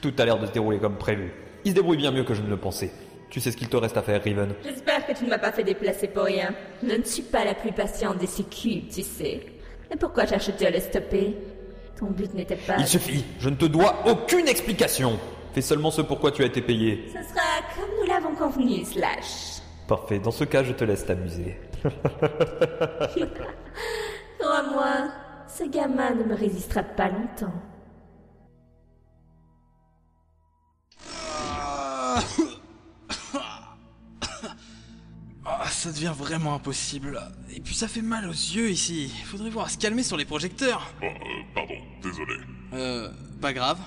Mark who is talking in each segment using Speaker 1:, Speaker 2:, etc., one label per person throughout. Speaker 1: Tout a l'air de se dérouler comme prévu. Il se débrouille bien mieux que je ne le pensais. Tu sais ce qu'il te reste à faire, Riven.
Speaker 2: J'espère que tu ne m'as pas fait déplacer pour rien. Je ne suis pas la plus patiente des CQ, tu sais. Et pourquoi cherches-tu à le stopper Ton but n'était pas...
Speaker 1: Il suffit, je ne te dois aucune explication. Fais seulement ce pourquoi tu as été payé.
Speaker 2: Ce sera comme nous l'avons convenu, Slash.
Speaker 1: Parfait, dans ce cas, je te laisse t'amuser.
Speaker 2: Crois-moi, ce gamin ne me résistera pas longtemps.
Speaker 3: Ah, ça devient vraiment impossible. Et puis ça fait mal aux yeux ici. Faudrait voir se calmer sur les projecteurs.
Speaker 4: Oh, euh, pardon, désolé.
Speaker 3: Euh, pas grave.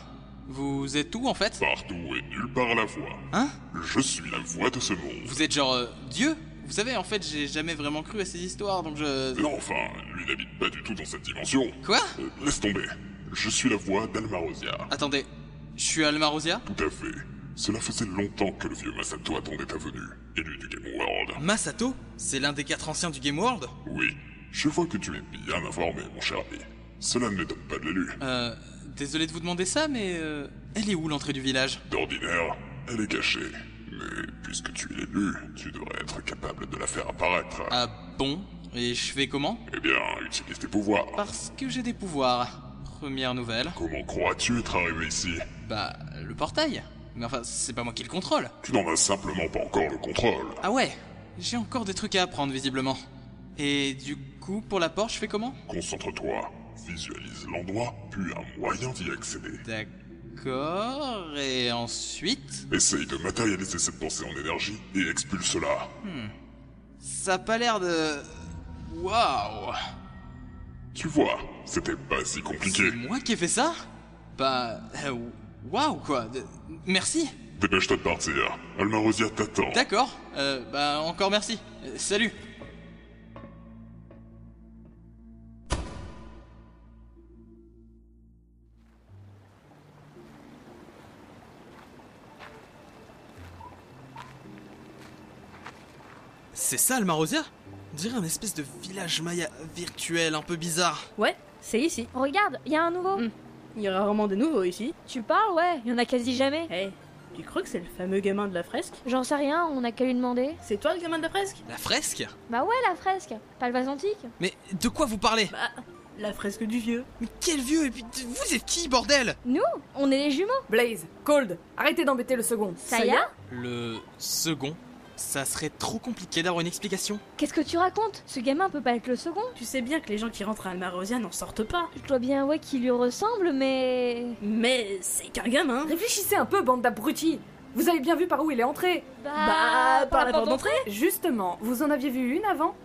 Speaker 3: Vous êtes où en fait
Speaker 4: Partout et nulle part à la fois.
Speaker 3: Hein
Speaker 4: Je suis la voix de ce monde.
Speaker 3: Vous êtes genre euh, Dieu Vous savez, en fait, j'ai jamais vraiment cru à ces histoires, donc je...
Speaker 4: Non, enfin, lui n'habite pas du tout dans cette dimension.
Speaker 3: Quoi
Speaker 4: Euh, laisse tomber. Je suis la voix d'Almarosia.
Speaker 3: Attendez, je suis Almarosia
Speaker 4: Tout à fait. Cela faisait longtemps que le vieux Masato attendait ta venue, élu du Game World.
Speaker 3: Masato C'est l'un des quatre anciens du Game World
Speaker 4: Oui, je vois que tu es bien informé, mon cher ami. Cela ne m'étonne pas de l'élu.
Speaker 3: Euh, désolé de vous demander ça, mais... euh, elle est où l'entrée du village
Speaker 4: D'ordinaire, elle est cachée. Mais puisque tu es l'élu, tu devrais être capable de la faire apparaître.
Speaker 3: Ah bon Et je fais comment
Speaker 4: Eh bien, utilise tes pouvoirs.
Speaker 3: Parce que j'ai des pouvoirs. Première nouvelle.
Speaker 4: Comment crois-tu être arrivé ici
Speaker 3: Bah, le portail. Mais enfin, c'est pas moi qui le contrôle.
Speaker 4: Tu n'en as simplement pas encore le contrôle.
Speaker 3: Ah ouais J'ai encore des trucs à apprendre visiblement. Et du coup, pour la porte, je fais comment
Speaker 4: Concentre-toi, visualise l'endroit, puis un moyen d'y accéder.
Speaker 3: D'accord, et ensuite
Speaker 4: Essaye de matérialiser cette pensée en énergie et expulse-la.
Speaker 3: Ça a pas l'air de... Waouh
Speaker 4: Tu vois, c'était pas si compliqué.
Speaker 3: C'est moi qui ai fait ça Bah... euh, Waouh quoi de- Merci
Speaker 4: Dépêche-toi de partir. Almarosia t'attend.
Speaker 3: D'accord, euh, bah encore merci. Euh, salut C'est ça le Marosia On dirait un espèce de village maya virtuel un peu bizarre.
Speaker 5: Ouais, c'est ici.
Speaker 6: Regarde, il y a un nouveau.
Speaker 5: Mm. Il y a rarement de nouveaux ici.
Speaker 6: Tu parles, ouais, il y en a quasi jamais.
Speaker 5: Hé, tu crois que c'est le fameux gamin de la fresque
Speaker 6: J'en sais rien, on a qu'à lui demander.
Speaker 5: C'est toi le gamin de la fresque
Speaker 3: La fresque
Speaker 6: Bah ouais, la fresque, pas le vase antique.
Speaker 3: Mais de quoi vous parlez
Speaker 5: Bah, la fresque du vieux.
Speaker 3: Mais quel vieux et puis vous êtes qui bordel
Speaker 6: Nous, on est les jumeaux.
Speaker 7: Blaze, Cold, arrêtez d'embêter le second.
Speaker 6: Saya
Speaker 3: Le second Ça serait trop compliqué d'avoir une explication.
Speaker 6: Qu'est-ce que tu racontes Ce gamin peut pas être le second.
Speaker 5: Tu sais bien que les gens qui rentrent à Almarosia n'en sortent pas.
Speaker 6: Je dois bien ouais qu'il lui ressemble, mais...
Speaker 5: Mais c'est qu'un gamin.
Speaker 7: Réfléchissez un peu, bande d'abrutis. Vous avez bien vu par où il est entré.
Speaker 5: Bah, par la porte d'entrée
Speaker 7: Justement, vous en aviez vu une avant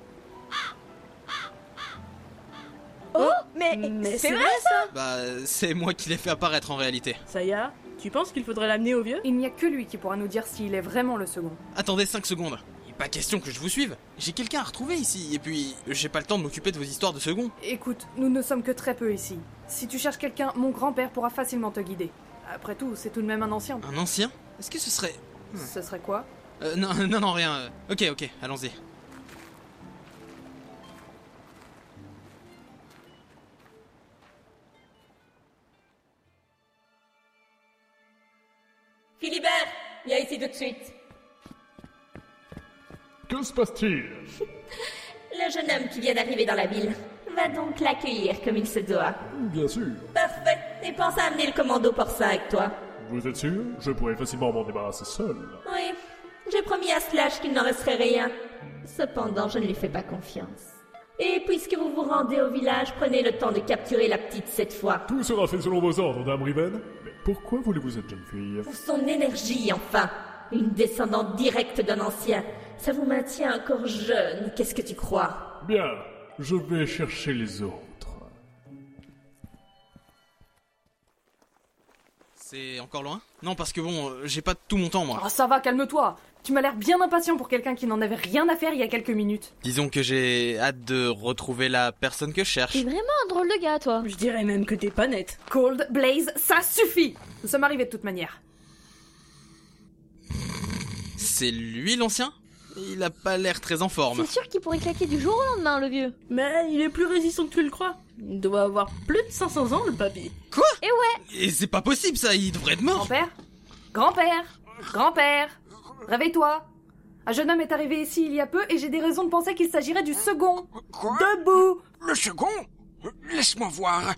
Speaker 6: Oh, mais, c'est
Speaker 5: Mais c'est
Speaker 6: vrai,
Speaker 5: vrai,
Speaker 6: ça
Speaker 3: Bah, c'est moi qui l'ai fait apparaître en réalité.
Speaker 5: Saya, tu penses qu'il faudrait l'amener au vieux
Speaker 7: Il n'y a que lui qui pourra nous dire s'il est vraiment le second.
Speaker 3: Attendez 5 secondes. Il est Pas question que je vous suive. J'ai quelqu'un à retrouver ici, et puis j'ai pas le temps de m'occuper de vos histoires de second.
Speaker 7: Écoute, nous ne sommes que très peu ici. Si tu cherches quelqu'un, mon grand-père pourra facilement te guider. Après tout, c'est tout de même un ancien.
Speaker 3: Un ancien Est-ce que ce serait.
Speaker 7: Ce serait quoi
Speaker 3: Euh, non, non, non, rien. euh. Ok, ok, allons-y.
Speaker 2: Philibert, viens ici tout de suite.
Speaker 8: Que se passe-t-il
Speaker 2: Le jeune homme qui vient d'arriver dans la ville. Va donc l'accueillir comme il se doit.
Speaker 8: Bien sûr.
Speaker 2: Parfait, et pense à amener le commando porcin avec toi.
Speaker 8: Vous êtes sûr Je pourrais facilement m'en débarrasser seul.
Speaker 2: Oui, j'ai promis à Slash qu'il n'en resterait rien. Cependant, je ne lui fais pas confiance. Et puisque vous vous rendez au village, prenez le temps de capturer la petite cette fois.
Speaker 8: Tout sera fait selon vos ordres, Dame Riven. Mais pourquoi voulez-vous cette jeune fille
Speaker 2: Pour son énergie, enfin. Une descendante directe d'un ancien. Ça vous maintient encore jeune, qu'est-ce que tu crois
Speaker 8: Bien, je vais chercher les autres.
Speaker 3: C'est encore loin Non, parce que bon, euh, j'ai pas tout mon temps moi.
Speaker 7: Oh, ça va, calme-toi Tu m'as l'air bien impatient pour quelqu'un qui n'en avait rien à faire il y a quelques minutes.
Speaker 3: Disons que j'ai hâte de retrouver la personne que je cherche.
Speaker 6: T'es vraiment un drôle de gars, toi.
Speaker 5: Je dirais même que t'es pas net.
Speaker 7: Cold, Blaze, ça suffit Nous sommes arrivés de toute manière.
Speaker 3: C'est lui l'ancien Il a pas l'air très en forme.
Speaker 6: C'est sûr qu'il pourrait claquer du jour au lendemain, le vieux.
Speaker 5: Mais il est plus résistant que tu le crois. Il doit avoir plus de 500 ans, le papy. Eh
Speaker 3: Et c'est pas possible ça, il devrait être mort.
Speaker 7: Grand-père Grand-père Grand-père Réveille-toi Un jeune homme est arrivé ici il y a peu et j'ai des raisons de penser qu'il s'agirait du second
Speaker 9: Quoi
Speaker 7: Debout
Speaker 9: Le second Laisse-moi voir.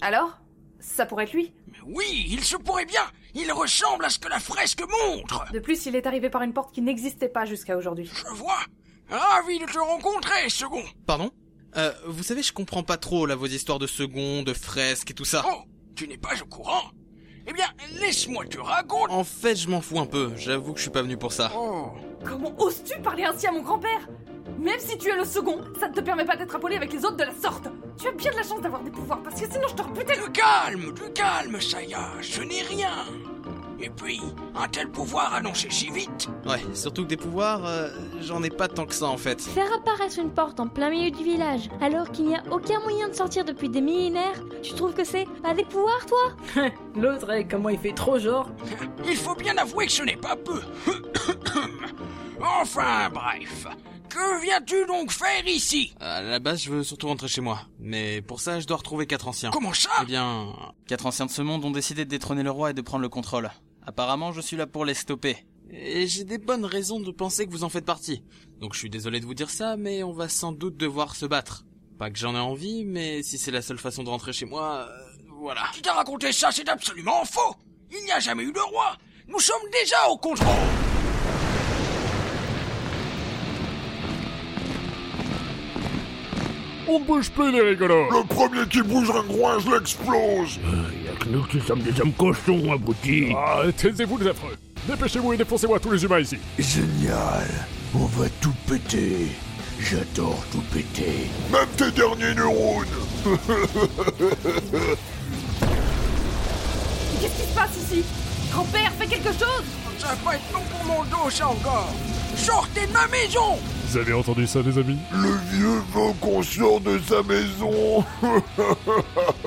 Speaker 7: Alors Ça pourrait être lui
Speaker 9: Mais oui, il se pourrait bien. Il ressemble à ce que la fresque montre.
Speaker 7: De plus, il est arrivé par une porte qui n'existait pas jusqu'à aujourd'hui.
Speaker 9: Je vois. Ravi de te rencontrer, second.
Speaker 3: Pardon euh, Vous savez, je comprends pas trop là vos histoires de secondes, de fresques et tout ça.
Speaker 9: Oh, tu n'es pas au courant Eh bien, laisse-moi te raconter.
Speaker 3: En fait, je m'en fous un peu. J'avoue que je suis pas venu pour ça.
Speaker 9: Oh,
Speaker 7: Comment oses-tu parler ainsi à mon grand-père Même si tu es le second, ça ne te permet pas d'être appelé avec les autres de la sorte Tu as bien de la chance d'avoir des pouvoirs, parce que sinon je te rebutais
Speaker 9: du calme, du calme, Saya. Ce n'est rien. Et puis, un tel pouvoir annoncé si vite.
Speaker 3: Ouais, surtout que des pouvoirs, euh, j'en ai pas tant que ça en fait.
Speaker 6: Faire apparaître une porte en plein milieu du village, alors qu'il n'y a aucun moyen de sortir depuis des millénaires, tu trouves que c'est pas des pouvoirs, toi
Speaker 5: L'autre, eh, comment il fait trop genre.
Speaker 9: Il faut bien avouer que ce n'est pas peu. enfin, bref. Que viens-tu donc faire ici
Speaker 3: Euh, À la base, je veux surtout rentrer chez moi. Mais pour ça, je dois retrouver quatre anciens.
Speaker 9: Comment ça
Speaker 3: Eh bien, quatre anciens de ce monde ont décidé de détrôner le roi et de prendre le contrôle. Apparemment, je suis là pour les stopper. Et j'ai des bonnes raisons de penser que vous en faites partie. Donc je suis désolé de vous dire ça, mais on va sans doute devoir se battre. Pas que j'en ai envie, mais si c'est la seule façon de rentrer chez moi, euh, voilà.
Speaker 9: Tu t'as raconté ça, c'est absolument faux Il n'y a jamais eu de roi Nous sommes déjà au contrôle
Speaker 8: On bouge plus les rigolos
Speaker 4: Le premier qui bouge un groin, je l'explose
Speaker 10: Y'a Ah, que nous qui sommes des hommes cochons, abrutis.
Speaker 8: Ah, taisez-vous les affreux Dépêchez-vous et défoncez-moi tous les humains ici
Speaker 10: Génial On va tout péter J'adore tout péter.
Speaker 4: Même tes derniers neurones
Speaker 7: Qu'est-ce qui se passe ici Grand-père, fais quelque chose
Speaker 9: Ça va être long pour mon dos, ça encore Sortez de ma maison
Speaker 8: Vous avez entendu ça, les amis
Speaker 4: Le vieux veut conscient de sa maison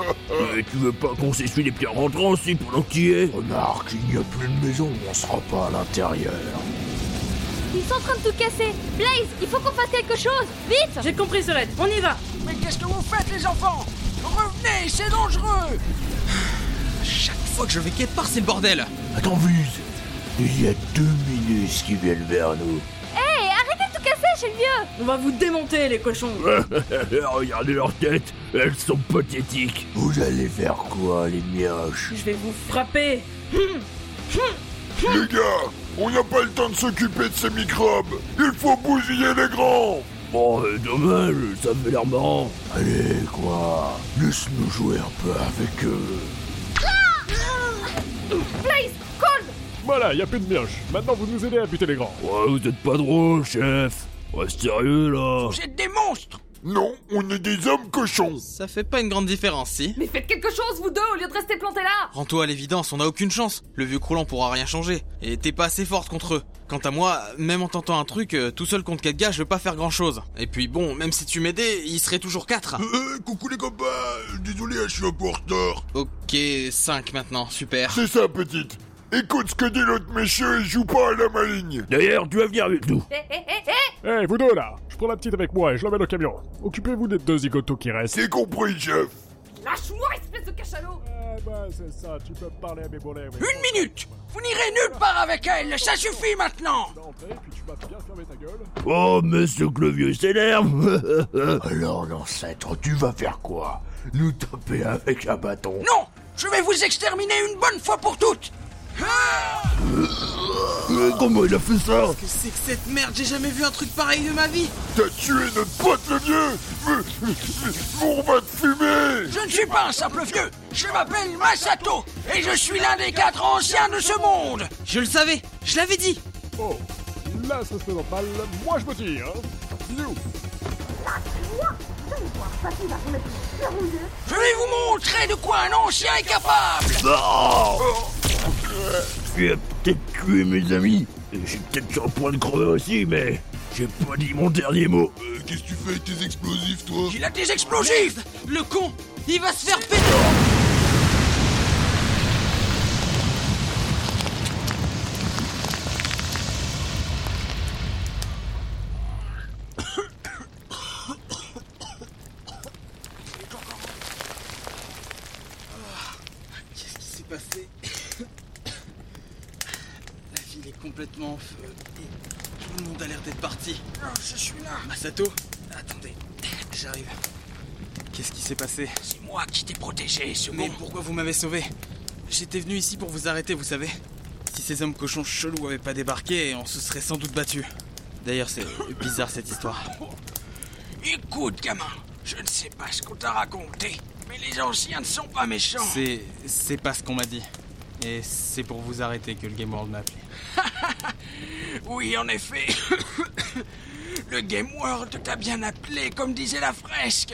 Speaker 10: tu veux pas qu'on s'essuie les pieds en rentrant aussi pendant qu'il y est Remarque, il n'y a plus de maison où on sera pas à l'intérieur.
Speaker 6: Ils sont en train de tout casser Blaze, il faut qu'on fasse quelque chose Vite
Speaker 5: J'ai compris, Solette, on y va.
Speaker 9: Mais qu'est-ce que vous faites, les enfants Revenez, c'est dangereux
Speaker 3: Chaque fois que je vais quelque part, c'est le bordel
Speaker 10: Attends, Vuse Il y a deux minus qui viennent vers nous.
Speaker 6: Hé, arrêtez de tout casser chez le vieux
Speaker 5: On va vous démonter, les cochons.
Speaker 10: Regardez leurs têtes, elles sont pathétiques. Vous allez faire quoi, les mioches
Speaker 5: Je vais vous frapper.
Speaker 4: Les gars, on n'a pas le temps de s'occuper de ces microbes Il faut bousiller les grands
Speaker 10: Bon, euh, dommage, ça fait l'air marrant. Allez, quoi Laisse-nous jouer un peu avec eux.
Speaker 8: Voilà, y a plus de mioches. Maintenant, vous nous aidez à buter les grands.
Speaker 10: Ouais, vous êtes pas drôle, chef. Reste sérieux, là.
Speaker 9: Vous êtes des monstres
Speaker 4: Non, on est des hommes cochons
Speaker 3: Ça fait pas une grande différence, si
Speaker 7: Mais faites quelque chose, vous deux, au lieu de rester plantés là
Speaker 3: Rends-toi à l'évidence, on n'a aucune chance. Le vieux croulant pourra rien changer. Et t'es pas assez forte contre eux. Quant à moi, même en tentant un truc, euh, tout seul contre quatre gars, je veux pas faire grand chose. Et puis bon, même si tu m'aidais, il serait toujours quatre.
Speaker 4: Euh, coucou les copains Désolé, je suis un peu en retard
Speaker 3: Ok, 5 maintenant, super.
Speaker 4: C'est ça, petite Écoute ce que dit l'autre monsieur et joue pas à la maligne
Speaker 10: D'ailleurs, tu vas venir avec nous.
Speaker 7: Hé, hé, hé, hé
Speaker 8: Eh, vous deux là Je prends la petite avec moi et je l'emmène au camion. Occupez-vous des deux zigotos qui restent.
Speaker 4: C'est compris, chef
Speaker 7: Lâche-moi, espèce de cachalot
Speaker 8: Eh bah, c'est ça, tu peux parler à mes volets.
Speaker 9: Une minute Vous n'irez nulle part avec elle, ça suffit maintenant
Speaker 8: puis tu vas bien fermer ta gueule.
Speaker 10: Oh, monsieur que le vieux s'énerve Alors, l'ancêtre, tu vas faire quoi Nous taper avec un bâton
Speaker 9: Non Je vais vous exterminer une bonne fois pour toutes
Speaker 10: Euh, Comment il a fait ça
Speaker 3: Que c'est que cette merde, j'ai jamais vu un truc pareil de ma vie
Speaker 4: T'as tué notre pote le vieux Mais- mais- mais On va te fumer
Speaker 9: Je ne suis pas un simple vieux Je m'appelle Masato Et je suis l'un des quatre anciens de ce monde
Speaker 3: Je le savais, je l'avais dit
Speaker 8: Oh, là, ça se présente mal. Moi, je me tire. hein. You.
Speaker 9: Je vais vous montrer de quoi un ancien est capable
Speaker 10: Non Tu as peut-être tué mes amis. Et J'ai peut-être sur le point de crever aussi, mais j'ai pas dit mon dernier mot.
Speaker 4: Euh, Qu'est-ce que tu fais avec tes explosifs, toi
Speaker 9: Il a des explosifs
Speaker 3: Le con Il va se faire péter désolé. La ville est complètement en feu et tout le monde a l'air d'être parti.
Speaker 9: Ah, je suis là.
Speaker 3: Masato Attendez, j'arrive. Qu'est-ce qui s'est passé
Speaker 9: C'est moi qui t'ai protégé, ce
Speaker 3: Mais pourquoi vous m'avez sauvé J'étais venu ici pour vous arrêter, vous savez. Si ces hommes cochons chelous avaient pas débarqué, on se serait sans doute battu. D'ailleurs, c'est bizarre cette histoire.
Speaker 9: Écoute, gamin, je ne sais pas ce qu'on t'a raconté, mais les anciens ne sont pas méchants.
Speaker 3: C'est. c'est pas ce qu'on m'a dit. Et c'est pour vous arrêter que le Game World m'a appelé.
Speaker 9: Oui, en effet. Le Game World t'a bien appelé, comme disait la fresque.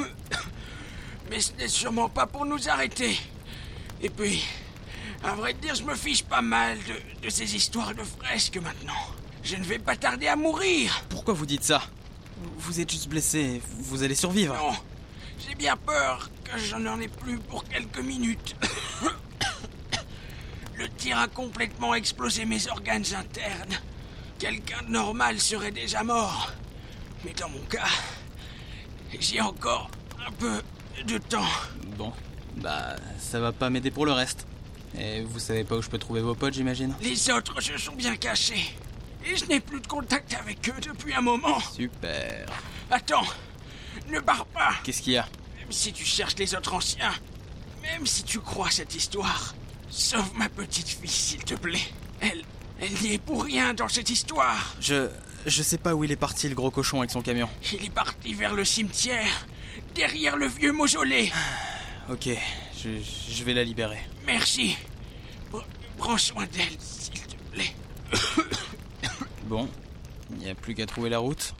Speaker 9: Mais ce n'est sûrement pas pour nous arrêter. Et puis, à vrai dire, je me fiche pas mal de, de ces histoires de fresques maintenant. Je ne vais pas tarder à mourir.
Speaker 3: Pourquoi vous dites ça Vous êtes juste blessé, vous allez survivre.
Speaker 9: Non, j'ai bien peur que je n'en ai plus pour quelques minutes. Le tir a complètement explosé mes organes internes. Quelqu'un de normal serait déjà mort. Mais dans mon cas, j'ai encore un peu de temps.
Speaker 3: Bon, bah ça va pas m'aider pour le reste. Et vous savez pas où je peux trouver vos potes, j'imagine
Speaker 9: Les autres se sont bien cachés. Et je n'ai plus de contact avec eux depuis un moment.
Speaker 3: Super.
Speaker 9: Attends, ne pars pas.
Speaker 3: Qu'est-ce qu'il y a
Speaker 9: Même si tu cherches les autres anciens, même si tu crois cette histoire, sauve ma petite fille, s'il te plaît. Elle, elle n'y est pour rien dans cette histoire.
Speaker 3: Je. Je sais pas où il est parti, le gros cochon, avec son camion.
Speaker 9: Il est parti vers le cimetière, derrière le vieux mausolée.
Speaker 3: Ok, je, je vais la libérer.
Speaker 9: Merci. Pr- prends soin d'elle, s'il te plaît.
Speaker 3: Bon, il n'y a plus qu'à trouver la route.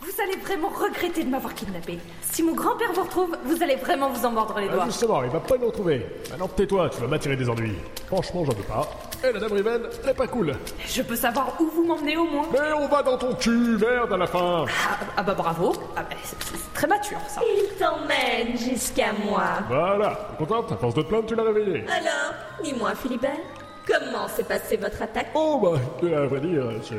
Speaker 7: Vous allez vraiment regretter de m'avoir kidnappé. Si mon grand-père vous retrouve, vous allez vraiment vous en mordre les
Speaker 8: Ah,
Speaker 7: doigts.
Speaker 8: justement, il va pas nous retrouver. Maintenant, tais-toi, tu vas m'attirer des ennuis. Franchement, j'en veux pas. Et Eh, la dame Riven, elle est pas cool.
Speaker 7: Je peux savoir où vous m'emmenez au moins
Speaker 8: Mais on va dans ton cul, merde, à la fin.
Speaker 7: Ah, ah bah bravo. Ah bah, c'est c'est très mature ça.
Speaker 2: Il t'emmène jusqu'à moi.
Speaker 8: Voilà, t'es contente, à force de te plaindre, tu l'as réveillée.
Speaker 2: Alors, dis-moi, Philibert, comment s'est passée votre attaque
Speaker 8: Oh bah, euh, à vrai dire, c'est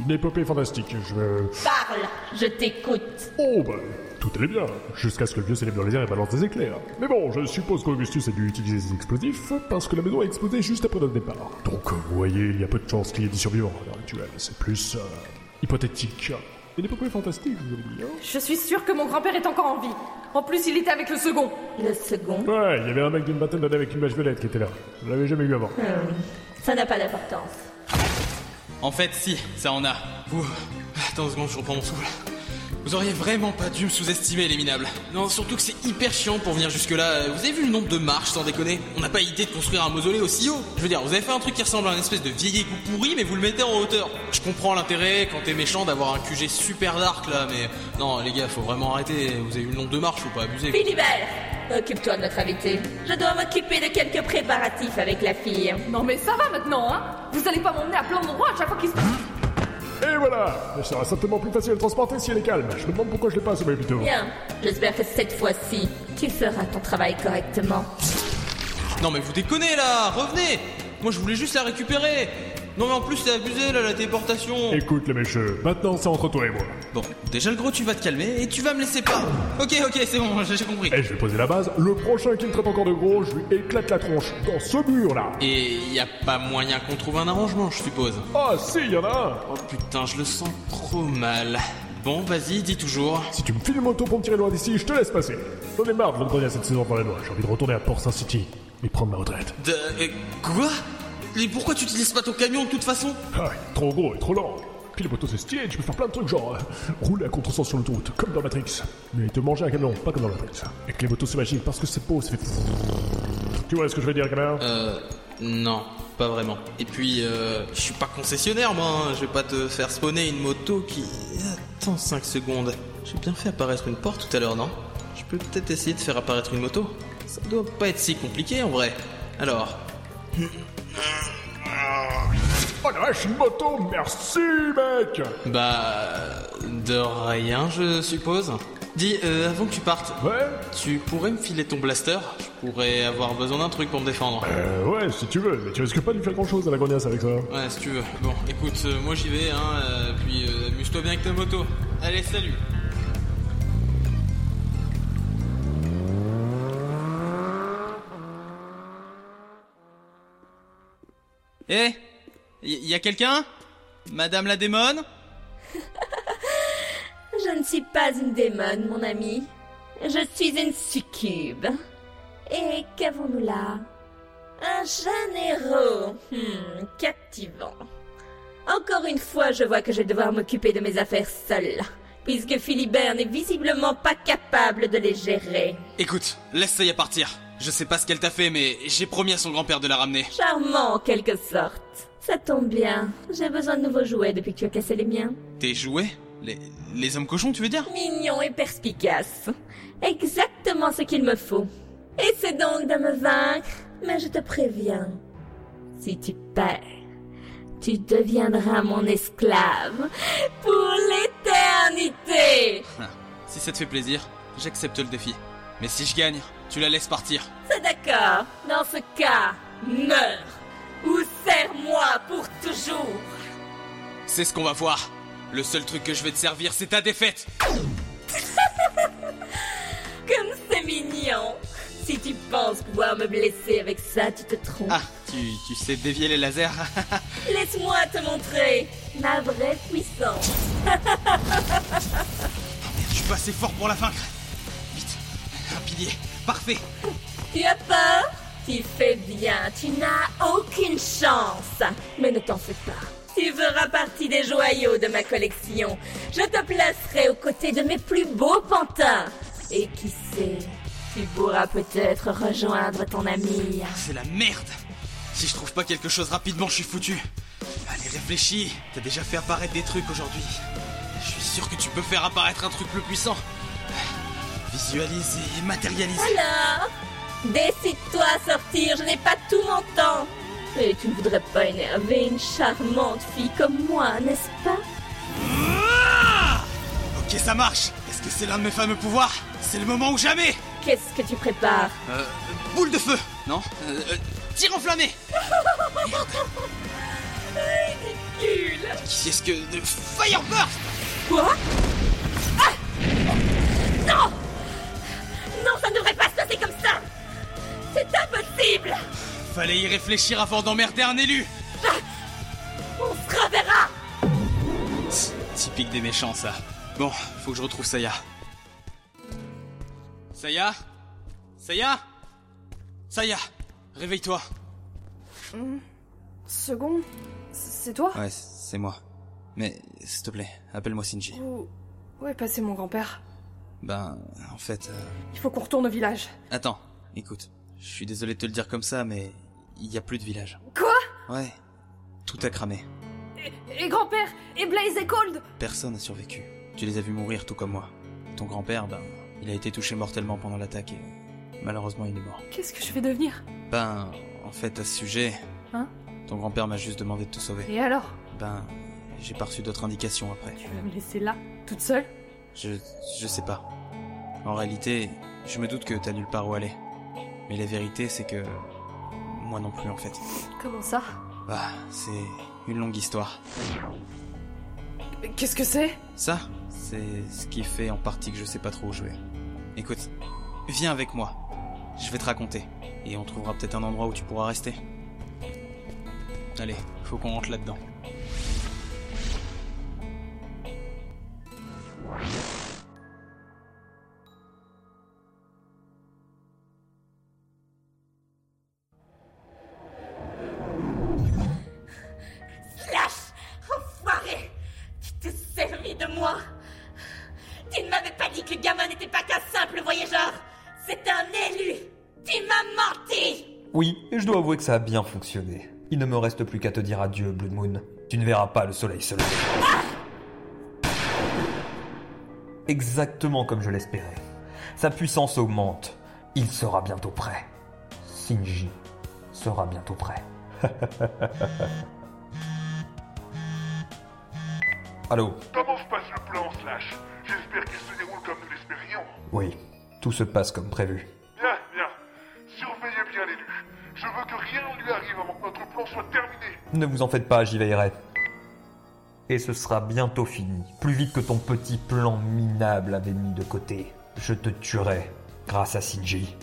Speaker 8: une épopée fantastique. Je veux...
Speaker 2: Parle, je t'écoute.
Speaker 8: Oh bah, tout allait bien, jusqu'à ce que le vieux s'élève dans les airs et balance des éclairs. Mais bon, je suppose qu'Augustus a dû utiliser ses explosifs, parce que la maison a explosé juste après notre départ. Donc, euh, vous voyez, il y a peu de chances qu'il y ait des survivants à l'heure actuelle. C'est plus euh, hypothétique. Une épopée fantastique, je vous l'avez dit, hein
Speaker 7: Je suis sûre que mon grand-père est encore en vie. En plus, il était avec le second.
Speaker 2: Le second,
Speaker 8: Ouais, il y avait un mec d'une vingtaine d'années avec une mèche violette qui était là. Je l'avais jamais eu avant.
Speaker 2: ça n'a pas d'importance.
Speaker 3: En fait, si, ça en a. Vous. Oh, Attends une seconde, je reprends mon souffle. Vous auriez vraiment pas dû me sous-estimer, les minables. Non, surtout que c'est hyper chiant pour venir jusque-là. Vous avez vu le nombre de marches, sans déconner On n'a pas idée de construire un mausolée aussi haut. Je veux dire, vous avez fait un truc qui ressemble à une espèce de vieil égout pourri, mais vous le mettez en hauteur. Je comprends l'intérêt, quand t'es méchant, d'avoir un QG super dark là, mais. Non, les gars, faut vraiment arrêter. Vous avez eu le nombre de marches, faut pas abuser.
Speaker 2: Philibert, occupe-toi de notre invité. Je dois m'occuper de quelques préparatifs avec la fille.
Speaker 7: Non mais ça va maintenant, hein Vous allez pas m'emmener à plein d'endroits à chaque fois qu'il se passe.
Speaker 8: Et voilà Ça sera certainement plus facile à le transporter si elle est calme. Je me demande pourquoi je l'ai pas assommé plus tôt.
Speaker 2: Bien, j'espère que cette fois-ci, tu feras ton travail correctement.
Speaker 3: Non mais vous déconnez là, revenez Moi je voulais juste la récupérer Non mais en plus c'est abusé là la téléportation
Speaker 8: Écoute, le mécheux, maintenant c'est entre toi et moi.
Speaker 3: Bon, déjà le gros tu vas te calmer et tu vas me laisser pas Ok ok c'est bon, j'ai j'ai compris.
Speaker 8: Et je vais poser la base, le prochain qui me traite encore de gros, je lui éclate la tronche dans ce mur là.
Speaker 3: Et y a pas moyen qu'on trouve un arrangement je suppose.
Speaker 8: Ah si, y'en a un
Speaker 3: Oh putain je le sens trop mal. Bon vas-y dis toujours.
Speaker 8: Si tu me files le moto pour me tirer loin d'ici, je te laisse passer. J'en ai marre de l'entendre à cette saison dans la noix, j'ai envie de retourner à Port-Saint City et prendre ma retraite.
Speaker 3: De... euh, quoi Mais pourquoi tu utilises pas ton camion de toute façon
Speaker 8: Ah, il est trop gros et trop lent. Puis le moto c'est stylé, tu peux faire plein de trucs genre euh, rouler à contresens sur l'autoroute, comme dans Matrix. Mais te manger un camion, pas comme dans Matrix. Et que les motos c'est magique parce que c'est beau, c'est fait... Tu vois ce que je veux dire, canard
Speaker 3: Euh... Non, pas vraiment. Et puis euh, je suis pas concessionnaire moi, hein. je vais pas te faire spawner une moto qui... Attends 5 secondes. J'ai bien fait apparaître une porte tout à l'heure, non Je peux peut-être essayer de faire apparaître une moto. Ça doit pas être si compliqué en vrai. Alors,
Speaker 8: Oh la vache, une moto, merci mec
Speaker 3: bah... De rien je suppose. Dis, euh, avant que tu partes,
Speaker 8: Ouais
Speaker 3: tu pourrais me filer ton blaster Je pourrais avoir besoin d'un truc pour me défendre.
Speaker 8: Euh, ouais, si tu veux, mais tu risques pas de lui faire grand chose à la grognasse avec ça.
Speaker 3: Ouais, si tu veux. Bon, écoute, euh, moi j'y vais, hein, euh, puis euh, amuse-toi bien avec ta moto. Allez, salut Eh Y, y a quelqu'un Madame la démone
Speaker 2: Je ne suis pas une démon, mon ami. Je suis une succube. Et qu'avons-nous là Un jeune héros. Hmm, captivant. Encore une fois, je vois que je vais devoir m'occuper de mes affaires seule, puisque Philibert n'est visiblement pas capable de les gérer.
Speaker 3: Écoute, laisse Saya partir. Je sais pas ce qu'elle t'a fait, mais j'ai promis à son grand-père de la ramener.
Speaker 2: Charmant en quelque sorte. Ça tombe bien. J'ai besoin de nouveaux jouets depuis que tu as cassé les miens.
Speaker 3: Tes jouets les, les hommes cochons, tu veux dire
Speaker 2: Mignon et perspicace. Exactement ce qu'il me faut. Essaie donc de me vaincre, mais je te préviens. Si tu perds, tu deviendras mon esclave pour l'éternité.
Speaker 3: Si ça te fait plaisir, j'accepte le défi. Mais si je gagne, tu la laisses partir.
Speaker 2: C'est d'accord. Dans ce cas, meurs ou serre-moi pour toujours.
Speaker 3: C'est ce qu'on va voir. Le seul truc que je vais te servir, c'est ta défaite.
Speaker 2: Comme c'est mignon. Si tu penses pouvoir me blesser avec ça, tu te trompes.
Speaker 3: Ah, tu, tu sais dévier les lasers
Speaker 2: Laisse-moi te montrer ma vraie puissance.
Speaker 3: Je suis pas assez fort pour la vaincre. Vite, un pilier. Parfait.
Speaker 2: Tu as peur Tu fais bien, tu n'as aucune chance. Mais ne t'en fais pas. Tu feras partie des joyaux de ma collection. Je te placerai aux côtés de mes plus beaux pantins. Et qui sait, tu pourras peut-être rejoindre ton ami.
Speaker 3: C'est la merde. Si je trouve pas quelque chose rapidement, je suis foutu. Allez, réfléchis. T'as déjà fait apparaître des trucs aujourd'hui. Je suis sûr que tu peux faire apparaître un truc plus puissant. Visualise et matérialise.
Speaker 2: Alors Décide-toi à sortir, je n'ai pas tout mon temps. Et tu ne voudrais pas énerver une charmante fille comme moi, n'est-ce pas
Speaker 3: Ok, ça marche. Est-ce que c'est l'un de mes fameux pouvoirs C'est le moment ou jamais
Speaker 2: Qu'est-ce que tu prépares
Speaker 3: Euh, boule de feu Non euh, euh, Tir enflammé
Speaker 2: Ridicule
Speaker 3: Qu'est-ce que... de Fireburst
Speaker 2: Quoi Ah Non Non, ça ne devrait pas se passer comme ça C'est impossible
Speaker 3: Fallait y réfléchir avant d'emmerder un élu
Speaker 2: On se reverra
Speaker 3: Typique des méchants, ça. Bon, faut que je retrouve Saya. Saya Saya Saya Réveille-toi
Speaker 7: Second C'est toi
Speaker 3: Ouais, c'est moi. Mais, s'il te plaît, appelle-moi Sinji.
Speaker 7: Ou- Ouais, bah, c'est mon grand-père.
Speaker 3: Ben, en fait... euh,
Speaker 7: Il faut qu'on retourne au village.
Speaker 3: Attends, écoute. Je suis désolé de te le dire comme ça, mais... Il n'y a plus de village.
Speaker 7: Quoi
Speaker 3: Ouais. Tout a cramé.
Speaker 7: Et, et grand-père Et Blaze et Cold
Speaker 3: Personne n'a survécu. Tu les as vus mourir tout comme moi. Ton grand-père, ben... Il a été touché mortellement pendant l'attaque et... Malheureusement, il est mort.
Speaker 7: Qu'est-ce que je vais devenir
Speaker 3: Ben, en fait, à ce sujet...
Speaker 7: Hein
Speaker 3: Ton grand-père m'a juste demandé de te sauver.
Speaker 7: Et alors
Speaker 3: Ben, j'ai pas reçu d'autres indications après.
Speaker 7: Tu vas me laisser là, toute seule
Speaker 3: Je, je sais pas. En réalité, je me doute que t'as nulle part où aller. Mais la vérité, c'est que moi non plus en fait.
Speaker 7: Comment ça
Speaker 3: Bah, c'est une longue histoire.
Speaker 7: Qu'est-ce que c'est
Speaker 3: Ça, c'est ce qui fait en partie que je sais pas trop où je vais. Écoute, viens avec moi. Je vais te raconter. Et on trouvera peut-être un endroit où tu pourras rester. Allez, faut qu'on rentre là-dedans.
Speaker 2: Slash Enfoiré Tu t'es servi de moi Tu ne m'avais pas dit que le gamin n'était pas qu'un simple voyageur C'est un élu Tu m'as menti
Speaker 1: Oui, et je dois avouer que ça a bien fonctionné. Il ne me reste plus qu'à te dire adieu, Blood Moon. Tu ne verras pas le soleil se lever. Exactement comme je l'espérais. Sa puissance augmente. Il sera bientôt prêt. Shinji sera bientôt prêt. Allô
Speaker 4: Comment se passe le plan, Slash J'espère qu'il se déroule comme nous l'espérions.
Speaker 1: Oui, tout se passe comme prévu.
Speaker 4: Bien, bien. Surveillez bien l'élu. Je veux que rien ne lui arrive avant que notre plan soit terminé.
Speaker 1: Ne vous en faites pas, j'y veillerai. Et ce sera bientôt fini, plus vite que ton petit plan minable avait mis de côté. Je te tuerai, grâce à Shinji.